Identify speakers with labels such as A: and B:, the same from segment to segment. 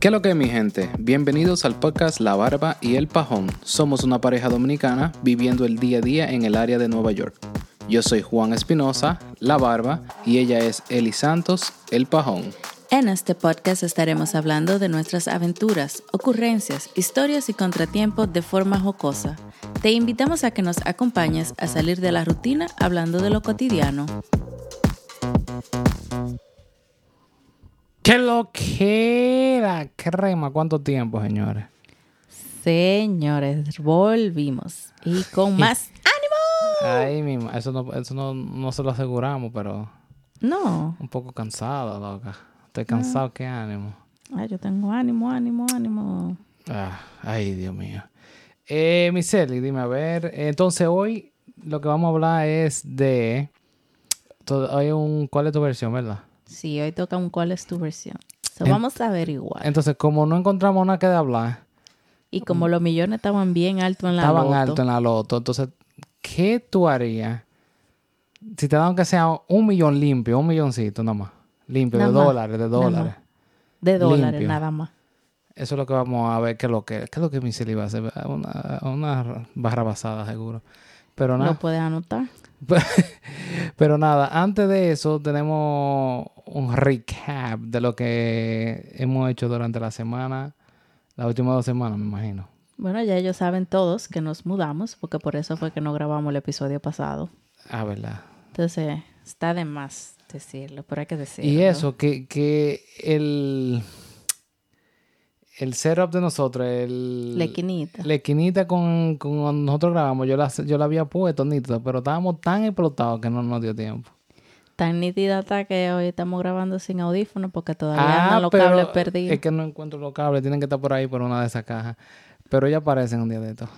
A: ¿Qué lo que mi gente? Bienvenidos al podcast La Barba y el Pajón. Somos una pareja dominicana viviendo el día a día en el área de Nueva York. Yo soy Juan Espinosa, La Barba, y ella es Eli Santos, El Pajón.
B: En este podcast estaremos hablando de nuestras aventuras, ocurrencias, historias y contratiempos de forma jocosa. Te invitamos a que nos acompañes a salir de la rutina hablando de lo cotidiano.
A: ¿Qué lo que la crema? ¿Cuánto tiempo, señores?
B: Señores, volvimos. Y con más ánimo.
A: Ay, mi ma- eso, no, eso no, no se lo aseguramos, pero
B: No.
A: un poco cansado, loca. Estoy cansado, qué ánimo.
B: Ay, yo tengo ánimo, ánimo, ánimo.
A: Ah, ay, Dios mío. Eh, Miseli, dime, a ver. eh, Entonces, hoy lo que vamos a hablar es de. to- Hay un, ¿Cuál es tu versión, verdad?
B: Sí, hoy toca un cuál es tu versión. So, vamos a averiguar.
A: Entonces, como no encontramos nada que de hablar,
B: Y como los millones estaban bien altos en la
A: estaban
B: loto,
A: alto en la loto. Entonces, ¿qué tú harías si te dan que sea un millón limpio, un milloncito nomás? Limpio,
B: Nada
A: de
B: más,
A: dólares, de
B: nada más.
A: dólares.
B: de dólares
A: limpio.
B: nada más.
A: Eso es lo que vamos a ver, qué es lo que, qué es lo que Miseli va a hacer. Una, una barra basada, seguro. Pero nada.
B: Lo puedes anotar.
A: Pero nada, antes de eso tenemos un recap de lo que hemos hecho durante la semana, las últimas dos semanas, me imagino.
B: Bueno, ya ellos saben todos que nos mudamos, porque por eso fue que no grabamos el episodio pasado.
A: Ah, verdad.
B: Entonces, está de más decirlo, pero hay que decirlo.
A: y eso, que, que el, el setup de nosotros, el,
B: La esquinita.
A: la esquinita con, con nosotros grabamos, yo la, yo la había puesto nítida, pero estábamos tan explotados que no nos dio tiempo.
B: Tan nítida está que hoy estamos grabando sin audífonos porque todavía andan los
A: Ah, pero
B: cables perdidos.
A: Es que no encuentro los cables, tienen que estar por ahí por una de esas cajas. Pero ya aparecen un día de estos.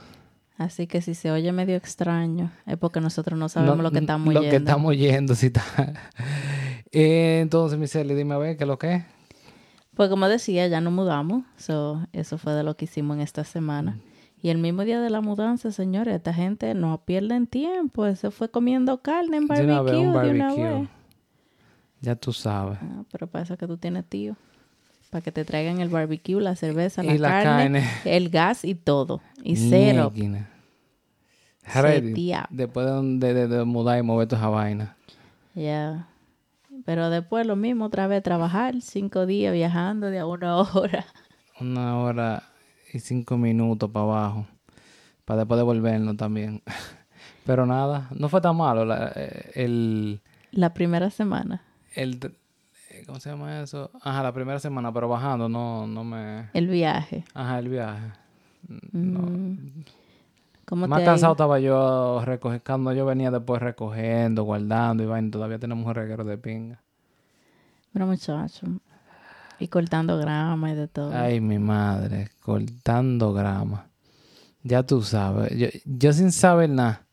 B: Así que si se oye medio extraño, es porque nosotros no sabemos
A: No,
B: lo que estamos
A: Lo
B: oyendo.
A: que estamos oyendo, sí está. Eh, entonces, Miseli, dime a ver qué es lo que es.
B: Pues como decía, ya nos mudamos. So, eso fue de lo que hicimos en esta semana. Y el mismo día de la mudanza, señores, esta gente no pierden tiempo. Se fue comiendo carne en barbecue de una vez.
A: Ya tú sabes.
B: Ah, pero para eso que tú tienes tío. Para que te traigan el barbecue, la cerveza, la,
A: Y la
B: carne,
A: carne.
B: el gas y todo. Y cero.
A: Ñequina.
B: Se
A: Ready.
B: tía.
A: Después de, de- de mudar y mover toda esa vaina.
B: Ya. Pero después lo mismo, otra vez trabajar, cinco días viajando de a una hora.
A: Una hora y cinco minutos para abajo. Para después devolvernos también. Pero nada, no fue tan malo la- eh, el...
B: La primera semana.
A: el tr- eh, ¿Cómo se llama eso? Ajá, la primera semana, pero bajando, no, no me...
B: El viaje. Mm.
A: Ajá, el viaje.
B: ¿Cómo
A: Más
B: te ha ido?
A: cansado estaba yo recogiendo, cuando yo venía después recogiendo, guardando y vaina, todavía tenemos un reguero de pinga.
B: Pero muchacho. Y cortando grama y de todo.
A: Ay, mi madre, cortando grama. Ya tú sabes, yo, yo sin saber nada,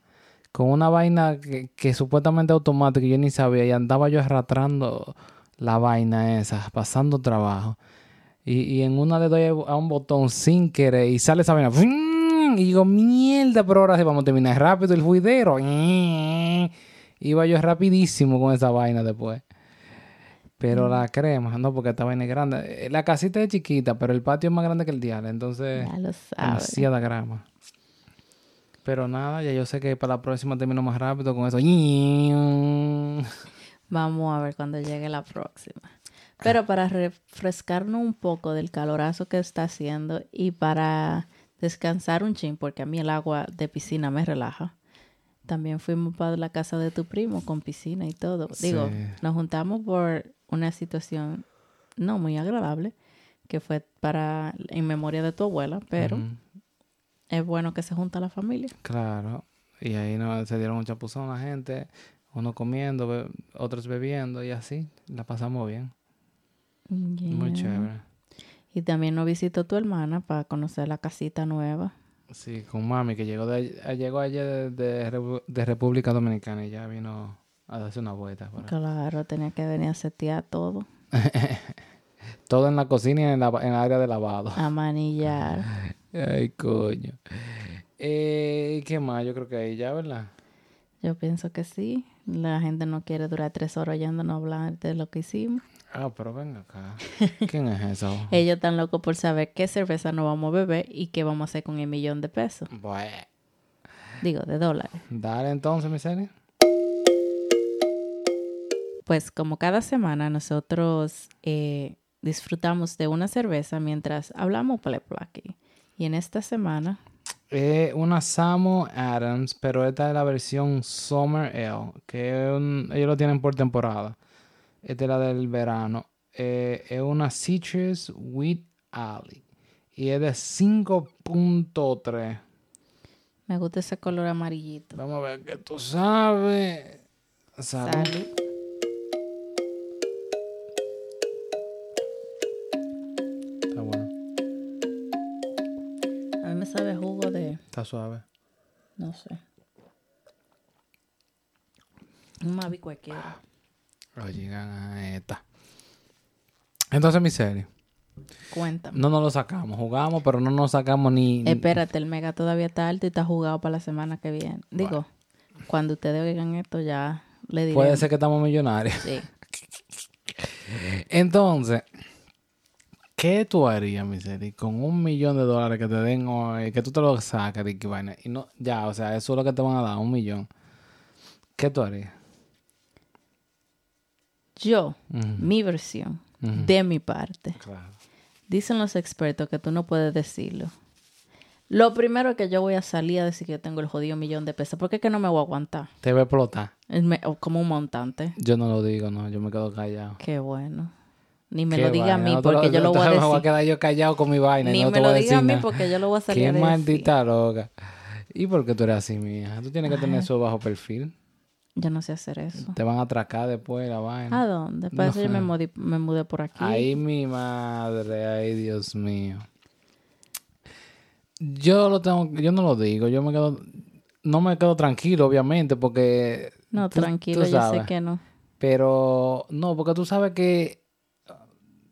A: con una vaina que, que supuestamente automática, yo ni sabía, y andaba yo arrastrando la vaina esa, pasando trabajo. Y, y en una le doy a un botón sin querer y sale esa vaina. ¡fum! Y digo, mierda, pero ahora sí vamos a terminar rápido el juidero. Iba yo rapidísimo con esa vaina después. Pero la crema, no, porque esta vaina es grande. Eh, La casita es chiquita, pero el patio es más grande que el dial. Entonces,
B: ya lo sabes.
A: demasiada grama. Pero nada, ya yo sé que para la próxima termino más rápido con eso. Sí,
B: Vamos a ver cuando llegue la próxima. Pero para refrescarnos un poco del calorazo que está haciendo y para descansar un chin, porque a mí el agua de piscina me relaja. También fuimos para la casa de tu primo con piscina y todo. Digo,
A: Sí.
B: nos juntamos por una situación no muy agradable, que fue para en memoria de tu abuela, pero
A: Mm.
B: es bueno que se junta la familia.
A: Claro. Y ahí no, se dieron un chapuzón la gente. Uno comiendo, be- otros bebiendo y así. La pasamos bien. Muy
B: Yeah.
A: chévere.
B: Y también nos visitó tu hermana para conocer la casita nueva.
A: Sí, con mami que llegó de, eh, llegó ayer de, de Repu- de República Dominicana y ya vino a darse una vuelta. por ahí.
B: Claro, tenía que venir a setear todo.
A: Todo en la cocina y en, la- en el área de lavado.
B: A manillar.
A: Ay, coño. Eh, ¿Qué más? Yo creo que ahí ya, ¿verdad?
B: Yo pienso que sí. La gente no quiere durar tres horas oyéndonos hablar de lo que hicimos.
A: Ah, pero ven acá. ¿Quién es eso?
B: Ellos están locos por saber qué cerveza nos vamos a beber y qué vamos a hacer con el millón de pesos.
A: Bueno,
B: Digo, de dólares.
A: dale entonces, mi serie.
B: Pues como cada semana nosotros eh, disfrutamos de una cerveza mientras hablamos pleplo aquí. Y en esta semana,
A: Eh, una Samo Adams, pero esta es la versión Summer Ale, que es un- ellos lo tienen por temporada. Esta es la del verano. Eh, es una Citrus Wheat Alley y es de 5.3.
B: me gusta ese color amarillito.
A: Vamos a ver qué tú sabes. Salud.
B: Salud.
A: Está bueno,
B: A mí me sabe jugo de,
A: está suave.
B: no sé. Un Mavi cualquiera.
A: Lo llegan a esta. Entonces, mi serie.
B: Cuéntame.
A: No nos lo sacamos. Jugamos, pero no nos sacamos ni.
B: Espérate, el mega todavía está alto y está jugado para la semana que viene. Digo, cuando ustedes oigan esto ya le diré.
A: Puede ser que estamos millonarios.
B: Sí.
A: Entonces, ¿qué tú harías, Miseri, con un millón de dólares que te den hoy, que tú te lo sacas de que vaina? Y no, ya, o sea, eso es lo que te van a dar, un millón. ¿Qué tú harías?
B: Yo, mi versión, de mi parte.
A: Claro.
B: Dicen los expertos que tú no puedes decirlo. Lo primero que yo voy a salir a decir que yo tengo el jodido millón de pesos, porque es que no me voy a aguantar.
A: Te va a explotar.
B: Es me- o como un montante.
A: Yo no lo digo, no, yo me quedo callado.
B: Qué bueno. Ni me
A: Qué
B: lo diga a
A: vaina,
B: mí,
A: no te
B: porque yo lo voy a
A: entonces Me voy a
B: decir.
A: quedar yo callado con mi vaina. y
B: Ni
A: no te
B: me lo
A: voy
B: diga a
A: decir
B: mí,
A: nada.
B: porque yo lo voy a salir
A: Qué
B: a decir.
A: maldita loca. ¿Y por qué tú eres así, mía? Tú tienes que tener eso bajo perfil.
B: Yo no sé hacer eso.
A: Te van a atracar después la vaina.
B: ¿A dónde? Para eso yo me, modi- me mudé por aquí.
A: Mm. Ay, mi madre, ay, Dios mío. Yo lo tengo, yo no lo digo, yo me quedo, no me quedo tranquilo, obviamente, porque,
B: No,
A: tú-
B: tranquilo,
A: tú
B: yo sé
A: sabes.
B: que no.
A: pero, no, porque tú sabes que,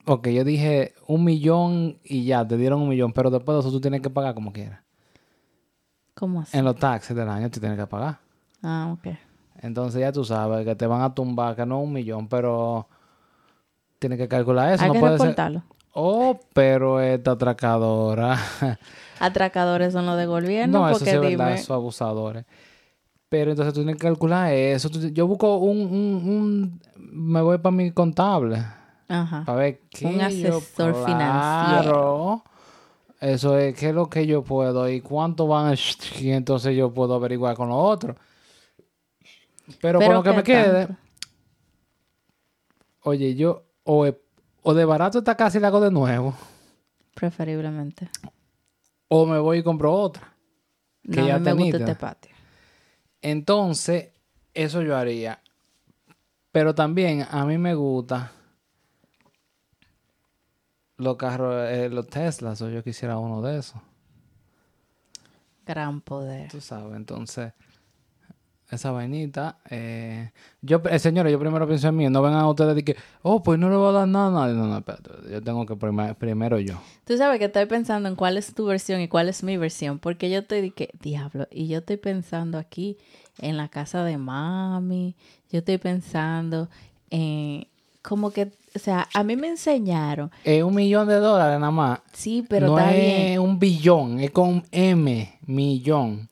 A: ok, yo dije un millón y ya, te dieron un millón, pero después de eso tú tienes que pagar como quieras.
B: ¿Cómo así?
A: En los taxes del año tú tienes que pagar.
B: Ah, ok.
A: Entonces ya tú sabes que te van a tumbar, que no un millón, pero tienes que calcular eso.
B: Hay
A: no
B: que
A: puede ser-
B: reportarlo.
A: Oh, pero esta atracadora.
B: Atracadores son los de gobierno,
A: No, eso sí
B: porque
A: es verdad,
B: dime.
A: esos abusadores. Pero entonces tú tienes que calcular eso. Tú- Yo busco un, un- un- Me voy para mi contable.
B: Ajá.
A: Para ver qué.
B: Un
A: yo-
B: asesor
A: claro,
B: financiero.
A: Eso es, qué es lo que yo puedo y cuánto van. a- Y entonces yo puedo averiguar con lo otro. Pero, con lo que
B: ¿qué
A: me quede,
B: tanto?
A: oye, yo. O, o de barato esta casa y la hago de nuevo.
B: Preferiblemente.
A: O me voy y compro otra. Que
B: no,
A: ya
B: a mí me gusta
A: teniste.
B: este patio.
A: Entonces, eso yo haría. Pero también a mí me gusta los carros, eh, los Teslas, o yo quisiera uno de esos.
B: Gran poder.
A: Tú sabes, entonces, esa vainita. eh, yo, eh, señores, yo primero pienso en mí. No vengan ustedes de que, oh, pues no le voy a dar nada. No, no, no, espérate, Yo tengo que prima- primero yo.
B: Tú sabes que estoy pensando en cuál es tu versión y cuál es mi versión, porque yo estoy de que, diablo, y yo estoy pensando aquí en la casa de mami, yo estoy pensando en, como que, o sea, a mí me enseñaron,
A: Eh, un millón de dólares nada más.
B: sí, pero
A: no
B: está
A: es
B: bien,
A: un billón, es con M, millón.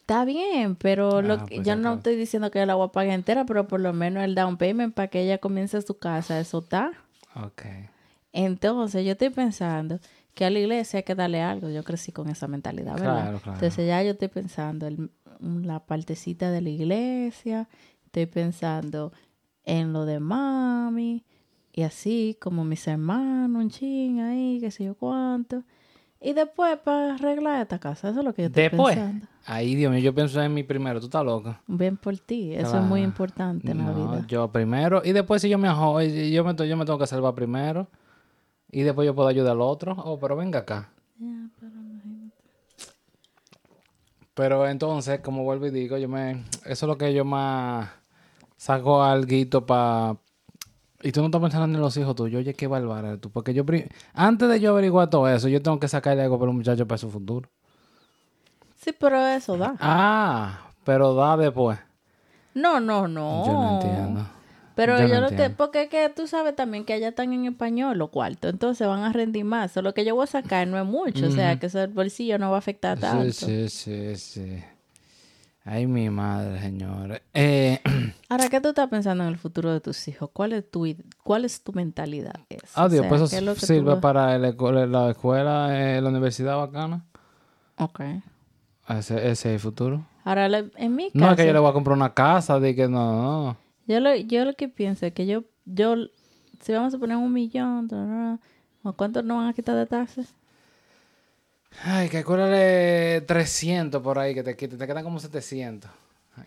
B: está bien, pero lo
A: Ah,
B: que-
A: pues
B: yo
A: ya
B: no
A: acabó.
B: estoy diciendo que yo la voy a pagar entera, pero por lo menos el down payment para que ella comience su casa, eso está.
A: Ok.
B: Entonces, yo estoy pensando que a la iglesia hay que darle algo. Yo crecí con esa mentalidad, ¿verdad?
A: Claro, claro.
B: Entonces, ya yo estoy pensando en la partecita de la iglesia, estoy pensando en lo de mami, y así como mis hermanos, un ching ahí, qué sé yo cuánto. Y después para arreglar esta casa, eso es lo que yo estoy
A: Después.
B: pensando.
A: Ay, Dios mío, yo pienso en mi primero. Tú estás loco.
B: Bien por ti, eso es muy importante en la vida.
A: yo primero. Y después si yo me ajo, y yo me, to- yo me tengo que salvar primero. Y después yo puedo ayudar al otro. Oh, pero venga acá.
B: Ya, pero imagínate.
A: Pero entonces, como vuelvo y digo, yo me... Eso es lo que yo más saco alguito para Y tú no estás pensando en los hijos tuyos, oye, qué bárbara tú. Porque yo, pri- antes de yo averiguar todo eso, yo tengo que sacarle algo para un muchacho para su futuro.
B: Sí, pero eso da.
A: Ah, pero da después.
B: No, no, no.
A: Yo no entiendo.
B: Pero
A: Yo
B: yo,
A: no
B: lo que,
A: entiendo.
B: porque es que tú sabes también que allá están en español los cuartos, entonces van a rendir más. Lo que yo voy a sacar no es mucho, o sea, que eso el bolsillo no va a afectar tanto.
A: Sí, sí, sí, sí. Ay, mi madre, señores. Eh,
B: Ahora, ¿qué tú estás pensando en el futuro de tus hijos? ¿Cuál es tu, id- cuál es tu mentalidad? Es? O
A: adiós,
B: sea,
A: pues
B: ¿qué
A: eso
B: es lo que tú
A: sirve
B: lo-
A: para el eco- la escuela, eh, la universidad bacana.
B: Ok.
A: Ese, ese es el futuro.
B: Ahora, la- en mi caso,
A: No es que yo
B: yo,
A: le voy a comprar una casa, de que no, no.
B: lo, yo lo que pienso es que yo, yo, si vamos a poner un millón, ta, ta, ta, ¿cuánto nos van a quitar de taxes?
A: Ay, calculale 300 por ahí que te quiten. Te quedan como 700.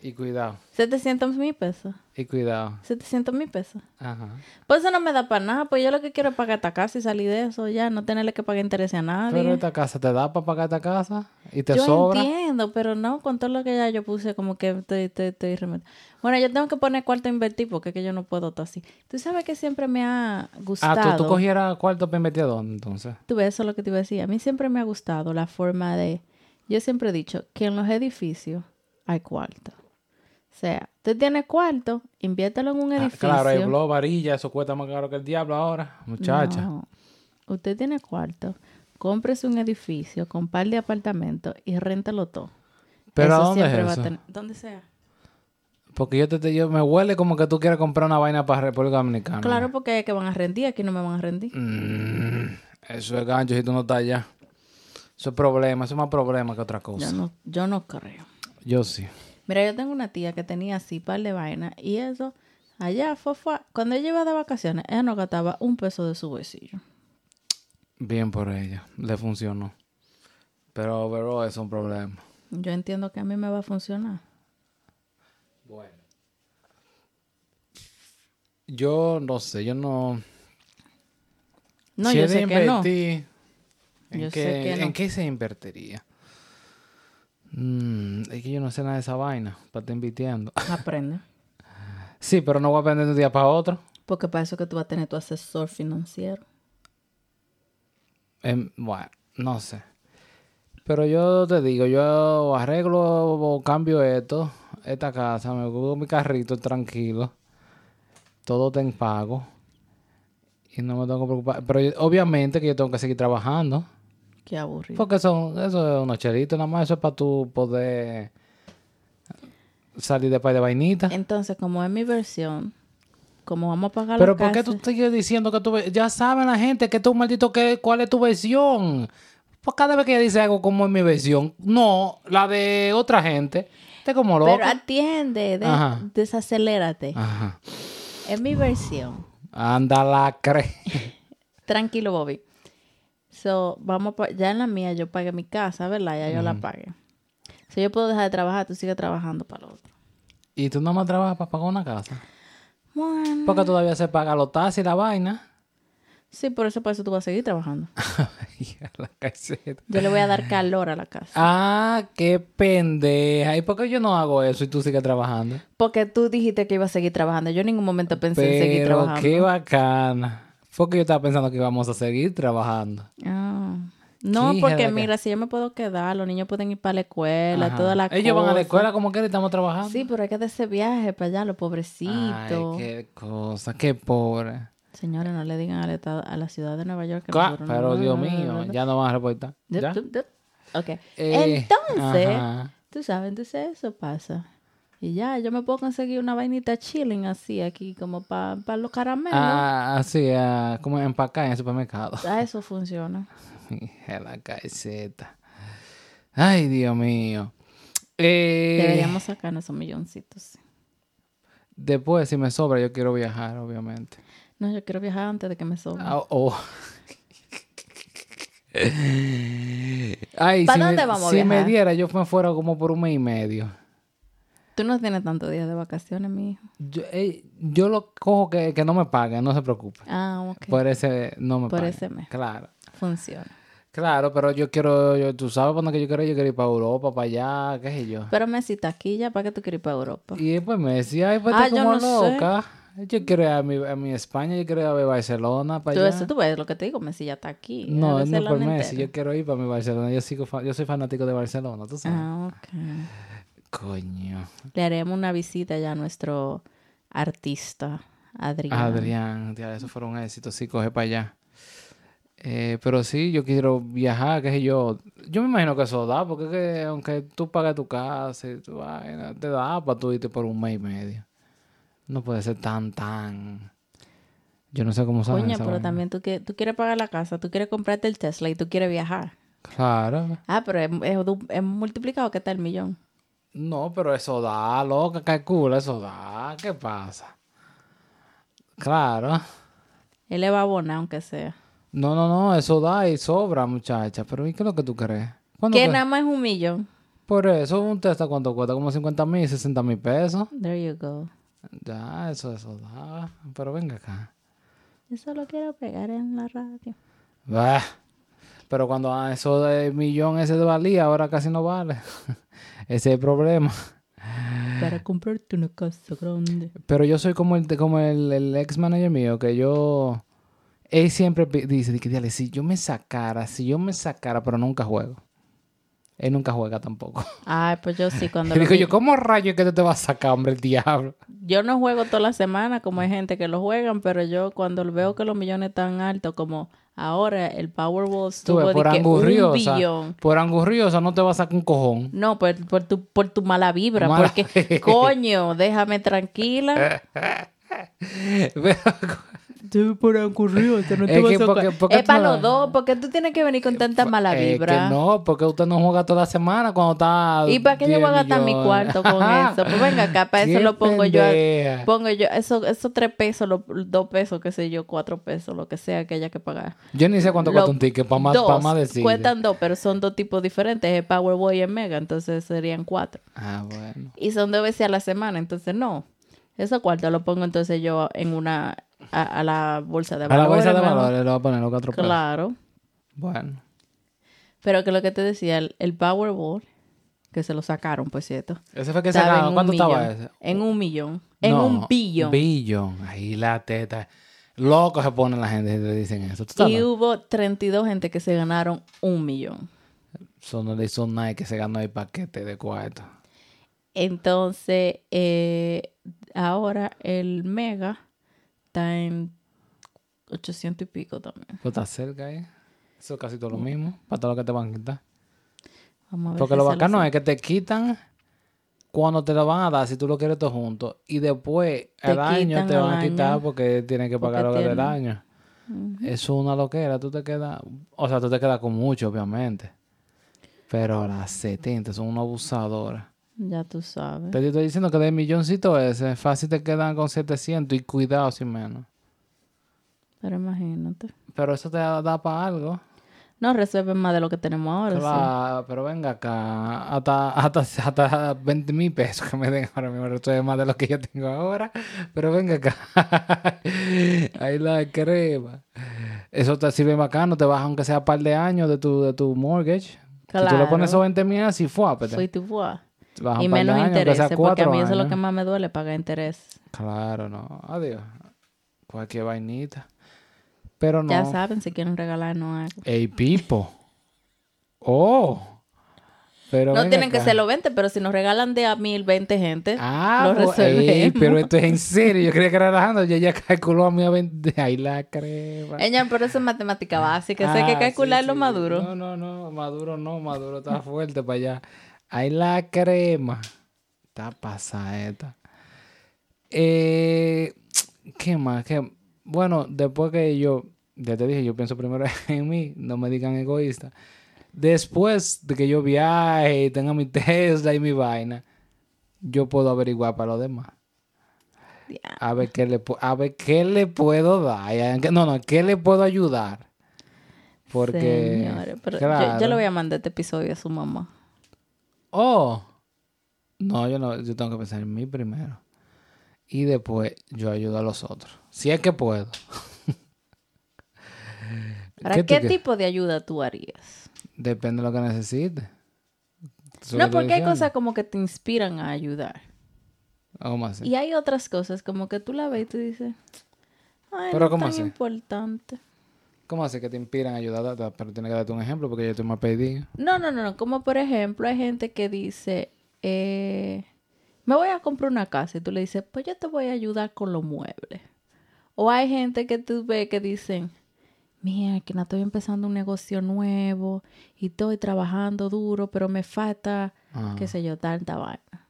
A: Y cuidado,
B: 700 mil pesos.
A: y cuidado.
B: 700 mil pesos.
A: Ajá.
B: Pues eso no me da para nada, pues yo lo que quiero es pagar esta casa y salir de eso ya, no tenerle que pagar interés a nadie.
A: Pero esta casa te da para pagar esta casa y te
B: Ah, yo
A: sobra.
B: entiendo, pero no, con todo lo que ya yo puse, como que estoy, estoy, estoy remeta. Bueno, yo tengo que poner cuarto a invertir porque es que yo no puedo estar así. Tú sabes que siempre me ha
A: Ah,
B: gustado.
A: tú, tú cogieras cuarto para invertir a dónde, entonces.
B: Tú ves, eso es lo que te iba a decir. A mí siempre me ha gustado la forma de... Yo siempre he dicho que en los edificios hay cuarto. O sea, tú tienes cuarto, inviértelo en un
A: Ah,
B: edificio.
A: claro, el blog, varilla, eso cuesta más caro que el diablo ahora, muchacha.
B: No. Usted tiene cuarto, cómprese un edificio con par de apartamentos y réntalo todo.
A: Pero ¿a dónde es eso?
B: tener- donde sea.
A: Porque yo te, te- yo me huele como que tú quieres comprar una vaina para República Dominicana.
B: Claro, porque es que van a rendir, aquí no me van a rendir.
A: Mm, eso es gancho si tú no estás allá. Eso es problema, eso es más problema que otra cosa.
B: Yo no, yo no creo.
A: Yo sí.
B: Mira, yo tengo una tía que tenía así par de vainas y eso, allá fue, fue- cuando ella iba de vacaciones, ella no gastaba un peso de su bolsillo.
A: Bien por ella. Le funcionó. Pero, pero es un problema.
B: Yo entiendo que a mí me va a funcionar.
A: Bueno. Yo no sé, yo no.
B: No,
A: Si
B: yo
A: he de
B: sé que no.
A: invertir, ¿en,
B: Yo
A: qué,
B: sé que no.
A: en qué se invertiría? Mm, es que yo no sé nada de esa vaina. Para estar invirtiendo.
B: Aprende.
A: Sí, pero no voy a aprender de un día para otro.
B: Porque para eso que tú vas a tener tu asesor financiero.
A: Em, bueno, no sé. Pero yo te digo, yo arreglo o cambio esto, esta casa, me pongo mi carrito tranquilo, todo está en pago y no me tengo que preocupar. Pero yo- obviamente que yo tengo que seguir trabajando,
B: Qué aburrido.
A: porque eso, eso es unos chelitos, nada más eso es para tú poder salir de par de vainita.
B: Entonces, como es mi versión, como vamos a pagar
A: Pero
B: los
A: ¿por qué tú
B: cases-
A: sigues diciendo que tú... ve- Ya saben la gente que tú, maldito, que, cuál es tu versión. Pues cada vez que ella dice algo como es mi versión, no, la de otra gente, te como loco.
B: Pero atiende, de-
A: Ajá. Ah.
B: desacelérate.
A: Ajá.
B: Es mi versión.
A: Anda la cre.
B: Tranquilo, Bobby. So, vamos pa- ya en la mía yo pagué mi casa, ¿verdad? Ya yo la
A: Mm.
B: pagué. So, yo puedo dejar de trabajar, tú sigues trabajando para lo otro.
A: Y tú nada más trabajas para pagar una casa.
B: Bueno.
A: Porque todavía se paga los taxis y la vaina.
B: Sí, por eso, por eso tú vas a seguir trabajando.
A: Y a la caseta.
B: Yo le voy a dar calor a la casa.
A: Ah, qué pendeja. ¿Y por qué yo no hago eso y tú sigues trabajando?
B: Porque tú dijiste que iba a seguir trabajando. Yo en ningún momento pensé en seguir
A: Pero
B: trabajando.
A: qué bacana. Porque yo estaba pensando que íbamos a seguir trabajando.
B: Ah. No,
A: Qué hija de
B: porque
A: la
B: mira, si yo me puedo quedar, los niños pueden ir para la escuela,
A: Ajá.
B: toda la
A: Ellos van a la
B: cosa.
A: escuela como quiera y estamos trabajando.
B: Sí, pero hay que hacer ese viaje para allá, los
A: Ay,
B: pobrecitos.
A: qué cosa, qué pobre.
B: Señores, no le digan al estado, a la ciudad de Nueva York que
A: Ca-
B: nosotros no-
A: Pero Dios mío, ya no van a reportar.
B: Dup,
A: ¿Ya?
B: dup, dup. Ok.
A: Eh,
B: entonces,
A: ajá.
B: tú sabes, entonces eso pasa. Y ya, yo me puedo conseguir una vainita chilling así aquí, como para los caramelos.
A: Ah, así, ah, como empacar en el supermercado.
B: Ah, eso funciona.
A: Hija de la calceta. Ay, Dios mío. Eh,
B: Deberíamos sacar esos milloncitos. sí.
A: Después, si me sobra, yo quiero viajar, obviamente.
B: No, yo quiero viajar antes de que me sobre.
A: Ah, oh. Ay,
B: ¿Pa
A: si me-
B: dónde vamos a
A: Si me
B: viajar?
A: diera, yo me fuera como por un mes y medio.
B: Tú no tienes tantos días de vacaciones, mi hijo.
A: Yo, eh, yo lo cojo que, que no me paguen, no se preocupe.
B: Ah, ok.
A: Por ese no me
B: Por
A: paguen.
B: ese mes.
A: Claro.
B: Funciona.
A: Claro, pero yo quiero, yo- tú sabes para dónde que yo quiero, yo quiero ir para Europa, para allá, qué sé yo.
B: Pero me citas aquí ya para que tú quieres ir para Europa.
A: Y después me decía, ay, pues
B: Ah,
A: estás
B: yo
A: como
B: no sé.
A: loca. Yo quiero ir a mi, a mi España, yo quiero ir a mi Barcelona para
B: Tú,
A: allá.
B: eso, tú ves lo que te digo, Messi ya está aquí.
A: No,
B: Debe
A: es
B: ser
A: no
B: la
A: por
B: mente
A: Messi.
B: entera.
A: Yo quiero ir para mi Barcelona. Yo, sigo fa- yo soy fanático de Barcelona, tú sabes.
B: Ah, ok.
A: Coño.
B: Le haremos una visita ya a nuestro artista, Adrián.
A: Ah, Adrián, ya, eso fue un éxito. Sí, coge para allá. Eh, pero sí, yo quiero viajar, qué sé yo. Yo me imagino que eso da, porque es que aunque tú pagues tu casa y tu vaina, te da para tú irte por un mes y medio. No puede ser tan, tan. Yo no sé cómo saben
B: Coño,
A: esa
B: pero
A: vaina.
B: también tú, que, tú quieres pagar la casa, tú quieres comprarte el Tesla y tú quieres viajar.
A: Claro.
B: Ah, pero es, es du- es multiplicado que está el millón.
A: No, pero eso da, loca, calcula, eso da. ¿Qué pasa? Claro.
B: Él le va a abonar, aunque sea.
A: No, no, no, eso da y sobra, muchacha. Pero ¿y qué es lo que tú crees? ¿Cuándo
B: Que
A: que-
B: nada más es un millón.
A: Por eso, un Tesla cuánto cuesta, como 50 mil, 60 mil pesos.
B: There you go.
A: Ya, eso, eso da. Pero venga acá.
B: Yo solo quiero pegar en la radio.
A: Bah. Pero cuando ah, eso de millón ese de valía, ahora casi no vale. ese es el problema.
B: Para comprarte una casa grande.
A: Pero yo soy como el, como el, el ex manager mío, que yo... Él siempre pi- dice, que dale, si yo me sacara, si yo me sacara, pero nunca juego. Él nunca juega tampoco.
B: Ay, pues yo sí, cuando
A: Y
B: lo
A: digo
B: vi-
A: yo,
B: yo...
A: ¿cómo rayo es que tú te vas a sacar, hombre, el diablo?
B: no juego toda la semana, como hay gente que lo juegan, pero yo cuando veo que los millones están altos, como ahora el Powerball
A: Tú
B: estuvo
A: ves,
B: de
A: por
B: que un
A: angurriosa.
B: billón.
A: Por angurriosa no te vas a sacar un cojón.
B: No, por, por tu, por tu mala vibra,
A: Mala Eh.
B: porque coño, déjame tranquila. Tú por angurriosa, no
A: te Es vas que a porque- sacar. porque
B: Es
A: tú
B: para
A: no-
B: los dos, porque tú tienes que venir con tanta mala
A: Eh,
B: vibra.
A: que no, porque usted no juega toda la semana cuando está.
B: ¿Y para qué yo
A: 10
B: voy a gastar mi
A: millones?
B: cuarto con eso? Pues venga acá, para eso
A: Qué
B: lo pongo yo.
A: pendeja.
B: a- Pongo yo, eso, esos tres pesos, los dos pesos, qué sé yo, cuatro pesos, lo que sea que haya que pagar.
A: Yo ni sé cuánto
B: Lo-
A: cuesta un ticket para más,
B: dos,
A: pa' más decir.
B: Cuentan dos, pero son dos tipos diferentes, es Powerball y el Mega, entonces serían cuatro.
A: Ah, bueno.
B: Y son dos veces a la semana, entonces no. Esos cuartos los pongo entonces yo en una, a, a la bolsa de
A: A la
B: valores.
A: bolsa de
B: mejor.
A: valores pues. le voy a poner los cuatro pesos.
B: Claro.
A: Bueno.
B: Pero que lo que te decía, el, el Powerball, que se lo sacaron, por cierto.
A: Ese fue que
B: Estaba en
A: sacaron.
B: un
A: ¿Cuánto estaba
B: millón.
A: ese?
B: En un millón. En
A: No,
B: un billón.
A: Billón. Ahí la teta. Loco se pone la gente si le dicen eso. ¿Tú
B: Y
A: sabes?
B: hubo 32 gente que se ganaron un millón.
A: Eso no le hizo nadie que se ganó el paquete de cuarto.
B: Entonces, eh, ahora el mega está en 800 y pico también.
A: ¿Tú estás Pues cerca ahí? Eso es casi todo lo mismo. Para todo lo que te van a quitar.
B: Vamos a ver
A: Porque
B: si
A: lo
B: se
A: bacano es que te quitan cuando te lo van a dar, si tú lo quieres todo junto. Y después
B: Te
A: el año
B: quitan
A: te
B: al
A: van a quitar
B: año.
A: porque tienes que
B: Porque
A: pagar lo que del
B: tienen.
A: año. Es una loquera, tú te quedas. O sea, tú te quedas con mucho, obviamente.
B: Ah.
A: Pero las 70 son una abusadora.
B: Ya tú sabes.
A: Te estoy diciendo que del milloncito ese, fácil te quedan con 700 y cuidado si menos.
B: Pero imagínate.
A: Pero eso te da, para algo.
B: No resuelven más de lo que tenemos ahora. Ah, sí.
A: Claro, pero venga acá, hasta, hasta, hasta 20 mil pesos que me den ahora mismo, esto es más de lo que yo tengo ahora, pero venga acá, ahí la crema. Eso te sirve bacano, te baja aunque sea un par de años de tu, de tu mortgage. Si tú le
B: Claro.
A: pones esos 20 mil así, fue, te
B: Fui tu voz.
A: baja
B: Y
A: un par de
B: menos
A: años, aunque sea
B: intereses, porque a
A: cuatro
B: mí eso es lo que
A: años.
B: más me duele, pagar interés.
A: Claro, no, adiós, cualquier vainita, pero no.
B: Ya saben, si quieren regalarnos algo.
A: Ey, Pipo. Oh. Pero
B: No
A: venga
B: tienen que
A: acá.
B: ser los 20, pero si nos regalan de a mil, 20 gente,
A: Ah,
B: lo
A: pues, ey,
B: resolvemos.
A: pero esto es en serio. Yo creía que era relajando. Yo ya calculó a mí a 20. Ahí la crema.
B: Ella, pero eso es matemática básica. eso hay que
A: Ah,
B: calcular
A: sí,
B: lo
A: sí.
B: maduro.
A: No, no, no. Maduro no. Maduro está fuerte para allá. Ahí la crema. Está pasada esta. Eh, ¿Qué más? ¿Qué? Bueno, después que yo. Ya te dije, yo pienso primero en mí. No me digan egoísta. Después de que yo viaje y tenga mi Tesla y mi vaina, yo puedo averiguar para los demás.
B: Ya.
A: A ver qué le, pu- a ver qué le puedo dar. y a- que- No, no, qué le puedo ayudar. Porque.
B: Señores, pero yo- yo,
A: claro.
B: le voy a mandar este episodio a su mamá.
A: Oh. No, yo no, yo tengo que pensar en mí primero. Y después yo ayudo a los otros. Si es que puedo.
B: ¿Para
A: ¿Qué
B: qué,
A: tú qué?
B: tipo de ayuda tú harías?
A: Depende de lo que necesites. Eso que estoy
B: No, porque hay
A: diciendo.
B: cosas como que te inspiran a ayudar.
A: ¿Cómo así?
B: Y hay otras cosas como que tú la ves y tú dices, ay,
A: Pero
B: no
A: ¿cómo
B: tan
A: así?
B: importante.
A: ¿Cómo así que te inspiran a ayudar? a- Pero tienes que darte un ejemplo porque yo estoy más perdido.
B: No, no, no, no. Como por ejemplo, hay gente que dice, eh, me voy a comprar una casa y tú le dices, pues yo te voy a ayudar con los muebles. O hay gente que tú ves que dicen, mira, que no estoy empezando un negocio nuevo y estoy trabajando duro, pero me falta,
A: Ah.
B: qué sé yo, tanta vaina.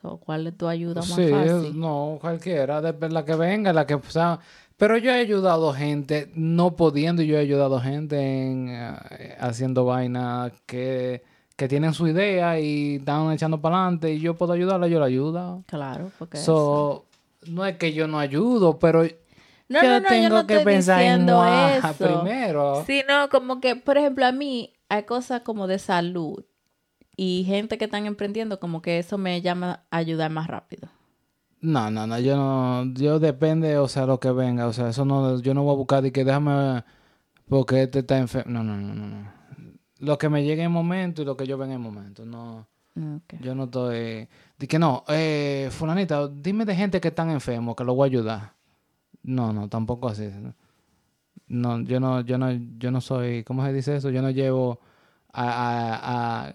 B: So, ¿Cuál es tu ayuda más
A: Sí, es-
B: fácil?
A: no, cualquiera, de- la que venga, la que o sea. Pero yo he ayudado gente no pudiendo, y yo he ayudado gente en, eh, haciendo vainas que, que tienen su idea y están echando para adelante y yo puedo ayudarla, yo la ayudo.
B: Claro, porque...
A: So, no es que yo no ayudo, pero yo
B: No, no, no, yo
A: tengo
B: no
A: que
B: estoy
A: pensar en
B: diciendo
A: Moaja
B: eso.
A: primero.
B: Sí, no, como que, por ejemplo, a mí hay cosas como de salud y gente que están emprendiendo, como que eso me llama a ayudar más rápido.
A: No, no, no, yo no, yo depende, o sea, lo que venga, o sea, eso no, yo no voy a buscar de que déjame porque este está enfermo, no, no, no, no, no. Lo que me llegue en el momento y lo que yo venga en el momento, no,
B: Ok.
A: yo no estoy, de que no, eh, fulanita, dime de gente que están enfermos, que lo voy a ayudar. No, no, tampoco así. No, yo no, yo no, yo no soy, ¿cómo se dice eso? Yo no llevo a, a, a,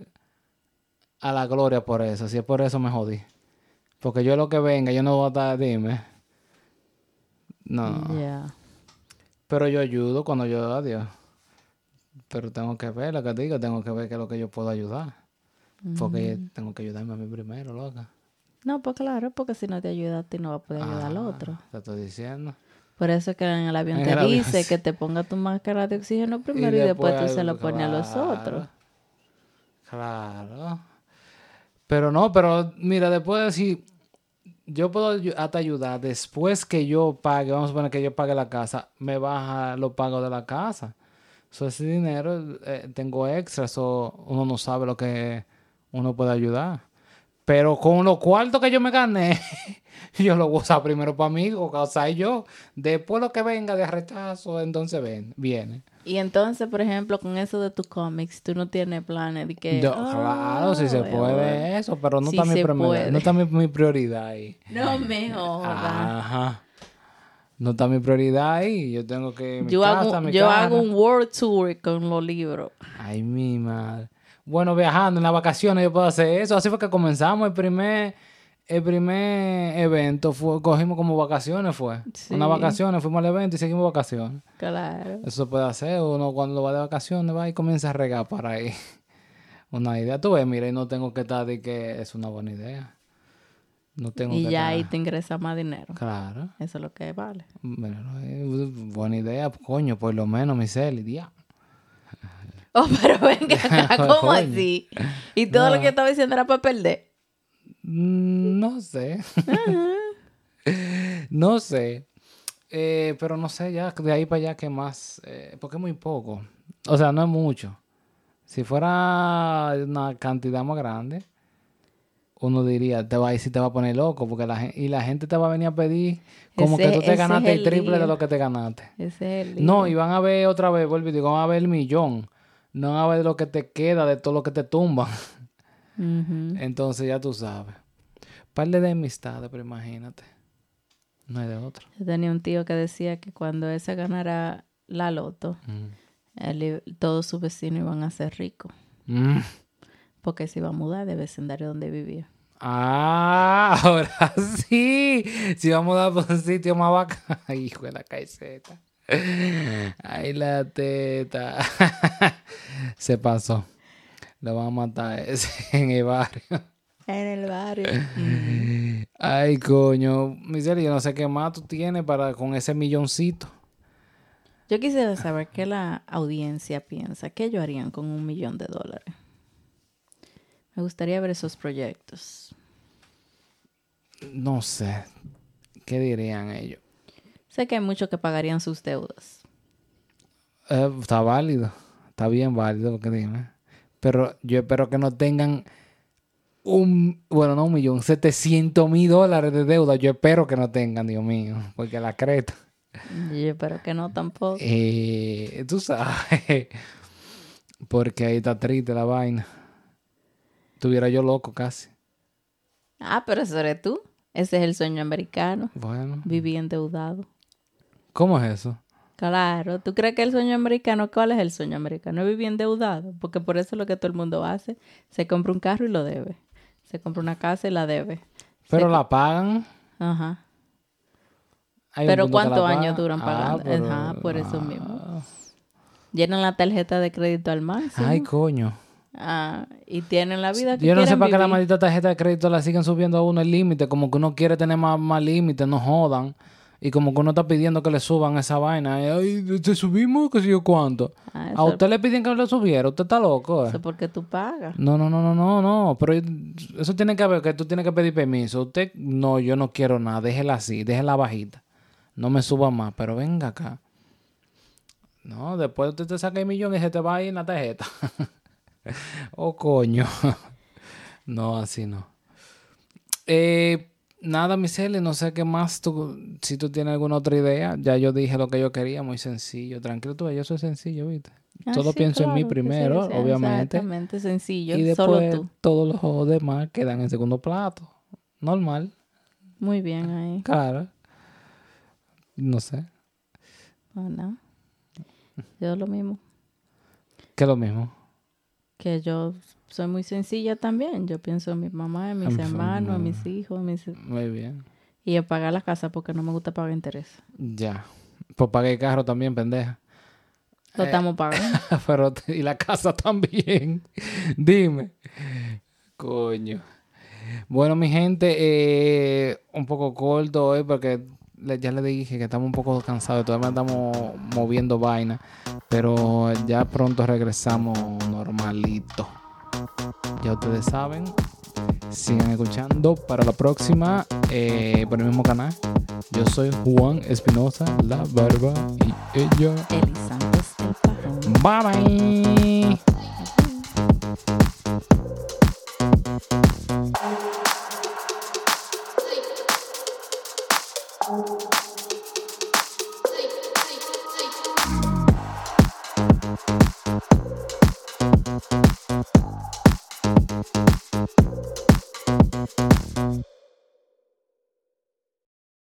A: a la gloria por eso. Si es por eso me jodí. Porque yo lo que venga, yo no voy a estar, dime. No, no.
B: Ya.
A: Pero yo ayudo cuando yo doy a Dios. Pero tengo que ver lo que digo, tengo que ver qué es lo que yo puedo ayudar. Porque tengo que ayudarme a mí primero, loca.
B: No, pues claro, porque si no te ayuda a ti, no va a poder ayudar al
A: Ah,
B: otro.
A: Te estoy diciendo.
B: Por eso es que en el avión
A: En
B: te
A: el avión,
B: dice
A: sí.
B: que te ponga tu máscara de oxígeno primero y, después, tú se lo pones a los
A: claro,
B: otros.
A: Claro. Pero no, pero mira, después de si yo puedo ayu- hasta ayudar después que yo pague, vamos a suponer que yo pague la casa, me baja los pagos de la casa. So, ese dinero eh, tengo extras o uno no sabe lo que uno puede ayudar. Pero con los cuartos que yo me gané, yo lo voy a usar primero para mí, o sea, yo. Después lo que venga de rechazo, entonces ven, viene.
B: Y entonces, por ejemplo, con eso de tus cómics, tú no tienes planes de que...
A: Yo,
B: "Oh,
A: claro, si se
B: voy a volver".
A: puede eso, pero no
B: Sí
A: está, mi
B: se
A: primera-
B: puede.
A: no está mi, mi prioridad ahí.
B: No me
A: Ah,
B: jodas.
A: Ajá. No está mi prioridad ahí. Yo tengo que. mi
B: Yo,
A: casa,
B: hago,
A: mi
B: yo
A: cara.
B: hago un world tour con los libros.
A: Ay, mi madre. Bueno, viajando en las vacaciones yo puedo hacer eso. Así fue que comenzamos el primer, el primer evento. Fue, cogimos como vacaciones, fue.
B: Sí.
A: Unas vacaciones, fuimos al evento y seguimos vacaciones.
B: Claro.
A: Eso se puede hacer. Uno cuando va de vacaciones va y comienza a regar para ahí. Una idea. Tú ves, mira, y no tengo que estar de que es una buena idea. No tengo
B: Y
A: que
B: ya ahí
A: estar-
B: te ingresa más dinero.
A: Claro.
B: Eso es lo que vale.
A: Bueno, no es buena idea, coño, por lo menos, mi cel, día.
B: Oh, pero venga acá, ¿cómo
A: Coño.
B: así? Y todo lo
A: No.
B: que yo estaba diciendo era para perder.
A: Mm, No sé. no sé. Eh, pero no sé ya, de ahí para allá, ¿qué más? Eh, porque es muy poco. O sea, no es mucho. Si fuera una cantidad más grande, uno diría, te va a ir si te va a poner loco. Porque la, gen- y la gente te va a venir a pedir como
B: Ese-
A: que tú
B: ese
A: te
B: es
A: ganaste el
B: el
A: triple de
B: lío.
A: lo que te ganaste.
B: Ese es el lío.
A: No, y van a ver otra vez, vuelvo y digo, van a ver el millón. No van a ver lo que te queda de todo lo que te tumban.
B: Ujú.
A: Entonces ya tú sabes. Par de amistades, pero imagínate. No hay de otra.
B: Yo tenía un tío que decía que cuando él se ganara la loto, él i- todos sus vecinos iban a ser ricos.
A: Mm.
B: Porque se iba a mudar del vecindario donde vivía.
A: Ah, ahora sí. Si vamos a dar por un sitio más vaca. Ay, Hijo de la caiceta. Ay, la teta. Se pasó. Lo van a matar ese en el barrio.
B: En el barrio.
A: Ay, coño. Miseria, yo no sé qué más tú tienes para con ese milloncito.
B: Yo quisiera saber qué la audiencia piensa, qué ellos harían con un millón de dólares. Me gustaría ver esos proyectos.
A: No sé. ¿Qué dirían ellos?
B: Sé que hay muchos que pagarían sus deudas.
A: Eh, está válido. Está bien válido lo que dime. Pero yo espero que no tengan un, bueno, no un millón, 700 mil dólares de deuda. Yo espero que no tengan, Dios mío, porque la creta.
B: Yo espero que no tampoco.
A: Eh, tú sabes, porque ahí está triste la vaina. Estuviera yo loco casi.
B: Ah, pero eso eres tú. Ese es el sueño americano.
A: Bueno.
B: Vivir endeudado.
A: ¿Cómo es eso?
B: Claro, ¿tú crees que el sueño americano, cuál es el sueño americano? Es vivir endeudado, porque por eso es lo que todo el mundo hace. Se compra un carro y lo debe. Se compra una casa y la debe. Se
A: Pero
B: co-
A: la pagan.
B: Ajá.
A: Hay un
B: Pero
A: punto que la Ah,
B: ¿cuántos
A: pagan.
B: años duran pagando? Ajá, por eso
A: ah.
B: mismo. Llenan la tarjeta de crédito al máximo.
A: Ay, coño.
B: Ah, y tienen la vida que
A: Yo no sé
B: quieren
A: para qué la
B: vivir.
A: maldita tarjeta de crédito la siguen subiendo a uno el límite, como que uno quiere tener más, más límite, no jodan. Y como que uno está pidiendo que le suban esa vaina. eh, Ay, te subimos, qué sé yo cuánto.
B: Ah,
A: A
B: eso,
A: usted le piden que le subiera, usted está loco. eh.
B: eso porque tú pagas.
A: No, no, no, no, no, no. Pero eso tiene que ver que tú tienes que pedir permiso. Usted, no, yo no quiero nada. Déjela así, déjela bajita. No me suba más, pero venga acá. No, después usted te saca el millón y se te va ahí en la tarjeta. oh, coño. no, así no. Eh, nada, Misele, no sé qué más tú, si tú tienes alguna otra idea. Ya yo dije lo que yo quería, muy sencillo. Tranquilo tú, yo soy sencillo, ¿viste?
B: Ah,
A: Todo
B: sí,
A: pienso en mí
B: claro que sí,
A: primero,
B: sí,
A: obviamente.
B: Exactamente, sencillo,
A: Y
B: solo
A: después
B: tú.
A: todos los juegos demás quedan en segundo plato. Normal,
B: Muy bien ahí.
A: claro. No sé,
B: Bueno, yo lo mismo.
A: que es lo mismo.
B: Que yo soy muy sencilla también. Yo pienso en mi mamá, en mis
A: En mi
B: hermanos, en mis hijos, en mis...
A: Muy bien.
B: y en pagar la casa porque no me gusta pagar interés.
A: Ya. Pues pagué el carro también, pendeja.
B: Lo estamos pagando.
A: Pero te- y la casa también. Dime. Coño. Bueno, mi gente, eh, un poco corto hoy porque le- ya le dije que estamos un poco cansados. Todavía estamos moviendo vaina. Pero ya pronto regresamos normalito. Ya ustedes saben. Sigan escuchando para la próxima eh, por el mismo canal. Yo soy Juan Espinosa, la barba y ella.
B: El Santos el Pajón.
A: Bye bye.